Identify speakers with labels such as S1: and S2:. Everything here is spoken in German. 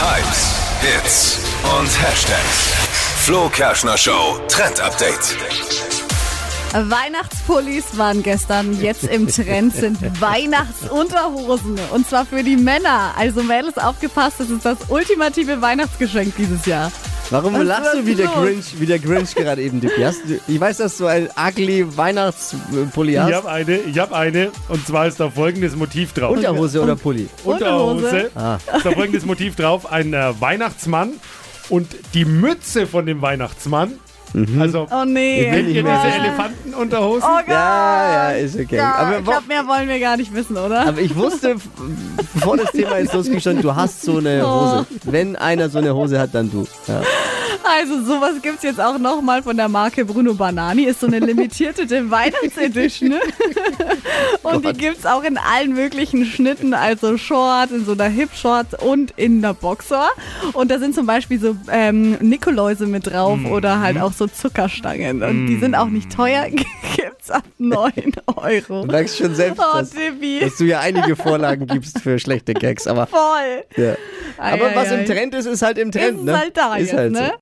S1: Hypes, Hits und Hashtags. Flo Kerschner Show Trend Update.
S2: Weihnachtspullis waren gestern jetzt im Trend, sind Weihnachtsunterhosen. Und zwar für die Männer. Also Mädels aufgepasst, das ist das ultimative Weihnachtsgeschenk dieses Jahr.
S3: Warum
S2: Was
S3: lachst
S2: ist
S3: du wie der,
S2: los?
S3: Grinch, wie der Grinch gerade eben, Dippy? Hast du, ich weiß, dass du ein ugly Weihnachtspulli hast.
S4: Ich habe eine, ich habe eine und zwar ist da folgendes Motiv drauf.
S3: Unterhose oder Pulli?
S2: Unterhose.
S4: Ah. Ist da folgendes Motiv drauf, ein äh, Weihnachtsmann und die Mütze von dem Weihnachtsmann. Also
S2: Oh
S4: kennt
S2: nee.
S4: ihr diese
S2: Mann.
S4: Elefantenunterhosen?
S2: Oh Gott.
S3: Ja, ja, ist okay.
S2: Ja,
S3: aber,
S2: ich
S3: wa-
S2: glaube, mehr wollen wir gar nicht wissen, oder?
S3: aber ich wusste, f- bevor das Thema jetzt losging, schon, du hast so eine
S2: Oh.
S3: Hose. Wenn einer so eine Hose hat, dann du. Ja.
S2: Also sowas gibt's jetzt auch nochmal von der Marke Bruno Banani. Ist so eine limitierte Weihnachtsedition. Ne?
S3: Oh
S2: Und die gibt's auch in allen möglichen Schnitten, also Short, in so einer Hip-Short und in einer Boxer. Und da sind zum Beispiel so ähm, Nikoläuse mit drauf
S3: Mhm.
S2: oder halt auch so Zuckerstangen. Und die sind auch nicht teuer,
S3: Mhm.
S2: gibt's ab 9 Euro.
S3: Du merkst schon selbst,
S2: Oh,
S3: dass,
S2: Dippy,
S3: dass du ja einige Vorlagen gibst für schlechte Gags. Aber,
S2: voll.
S3: ja.
S2: Ei,
S3: aber
S2: ei,
S3: was
S2: ei.
S3: im Trend ist, ist halt im Trend.
S2: Ist
S3: ne?
S2: halt da
S3: ist
S2: jetzt,
S3: halt so.
S2: ne?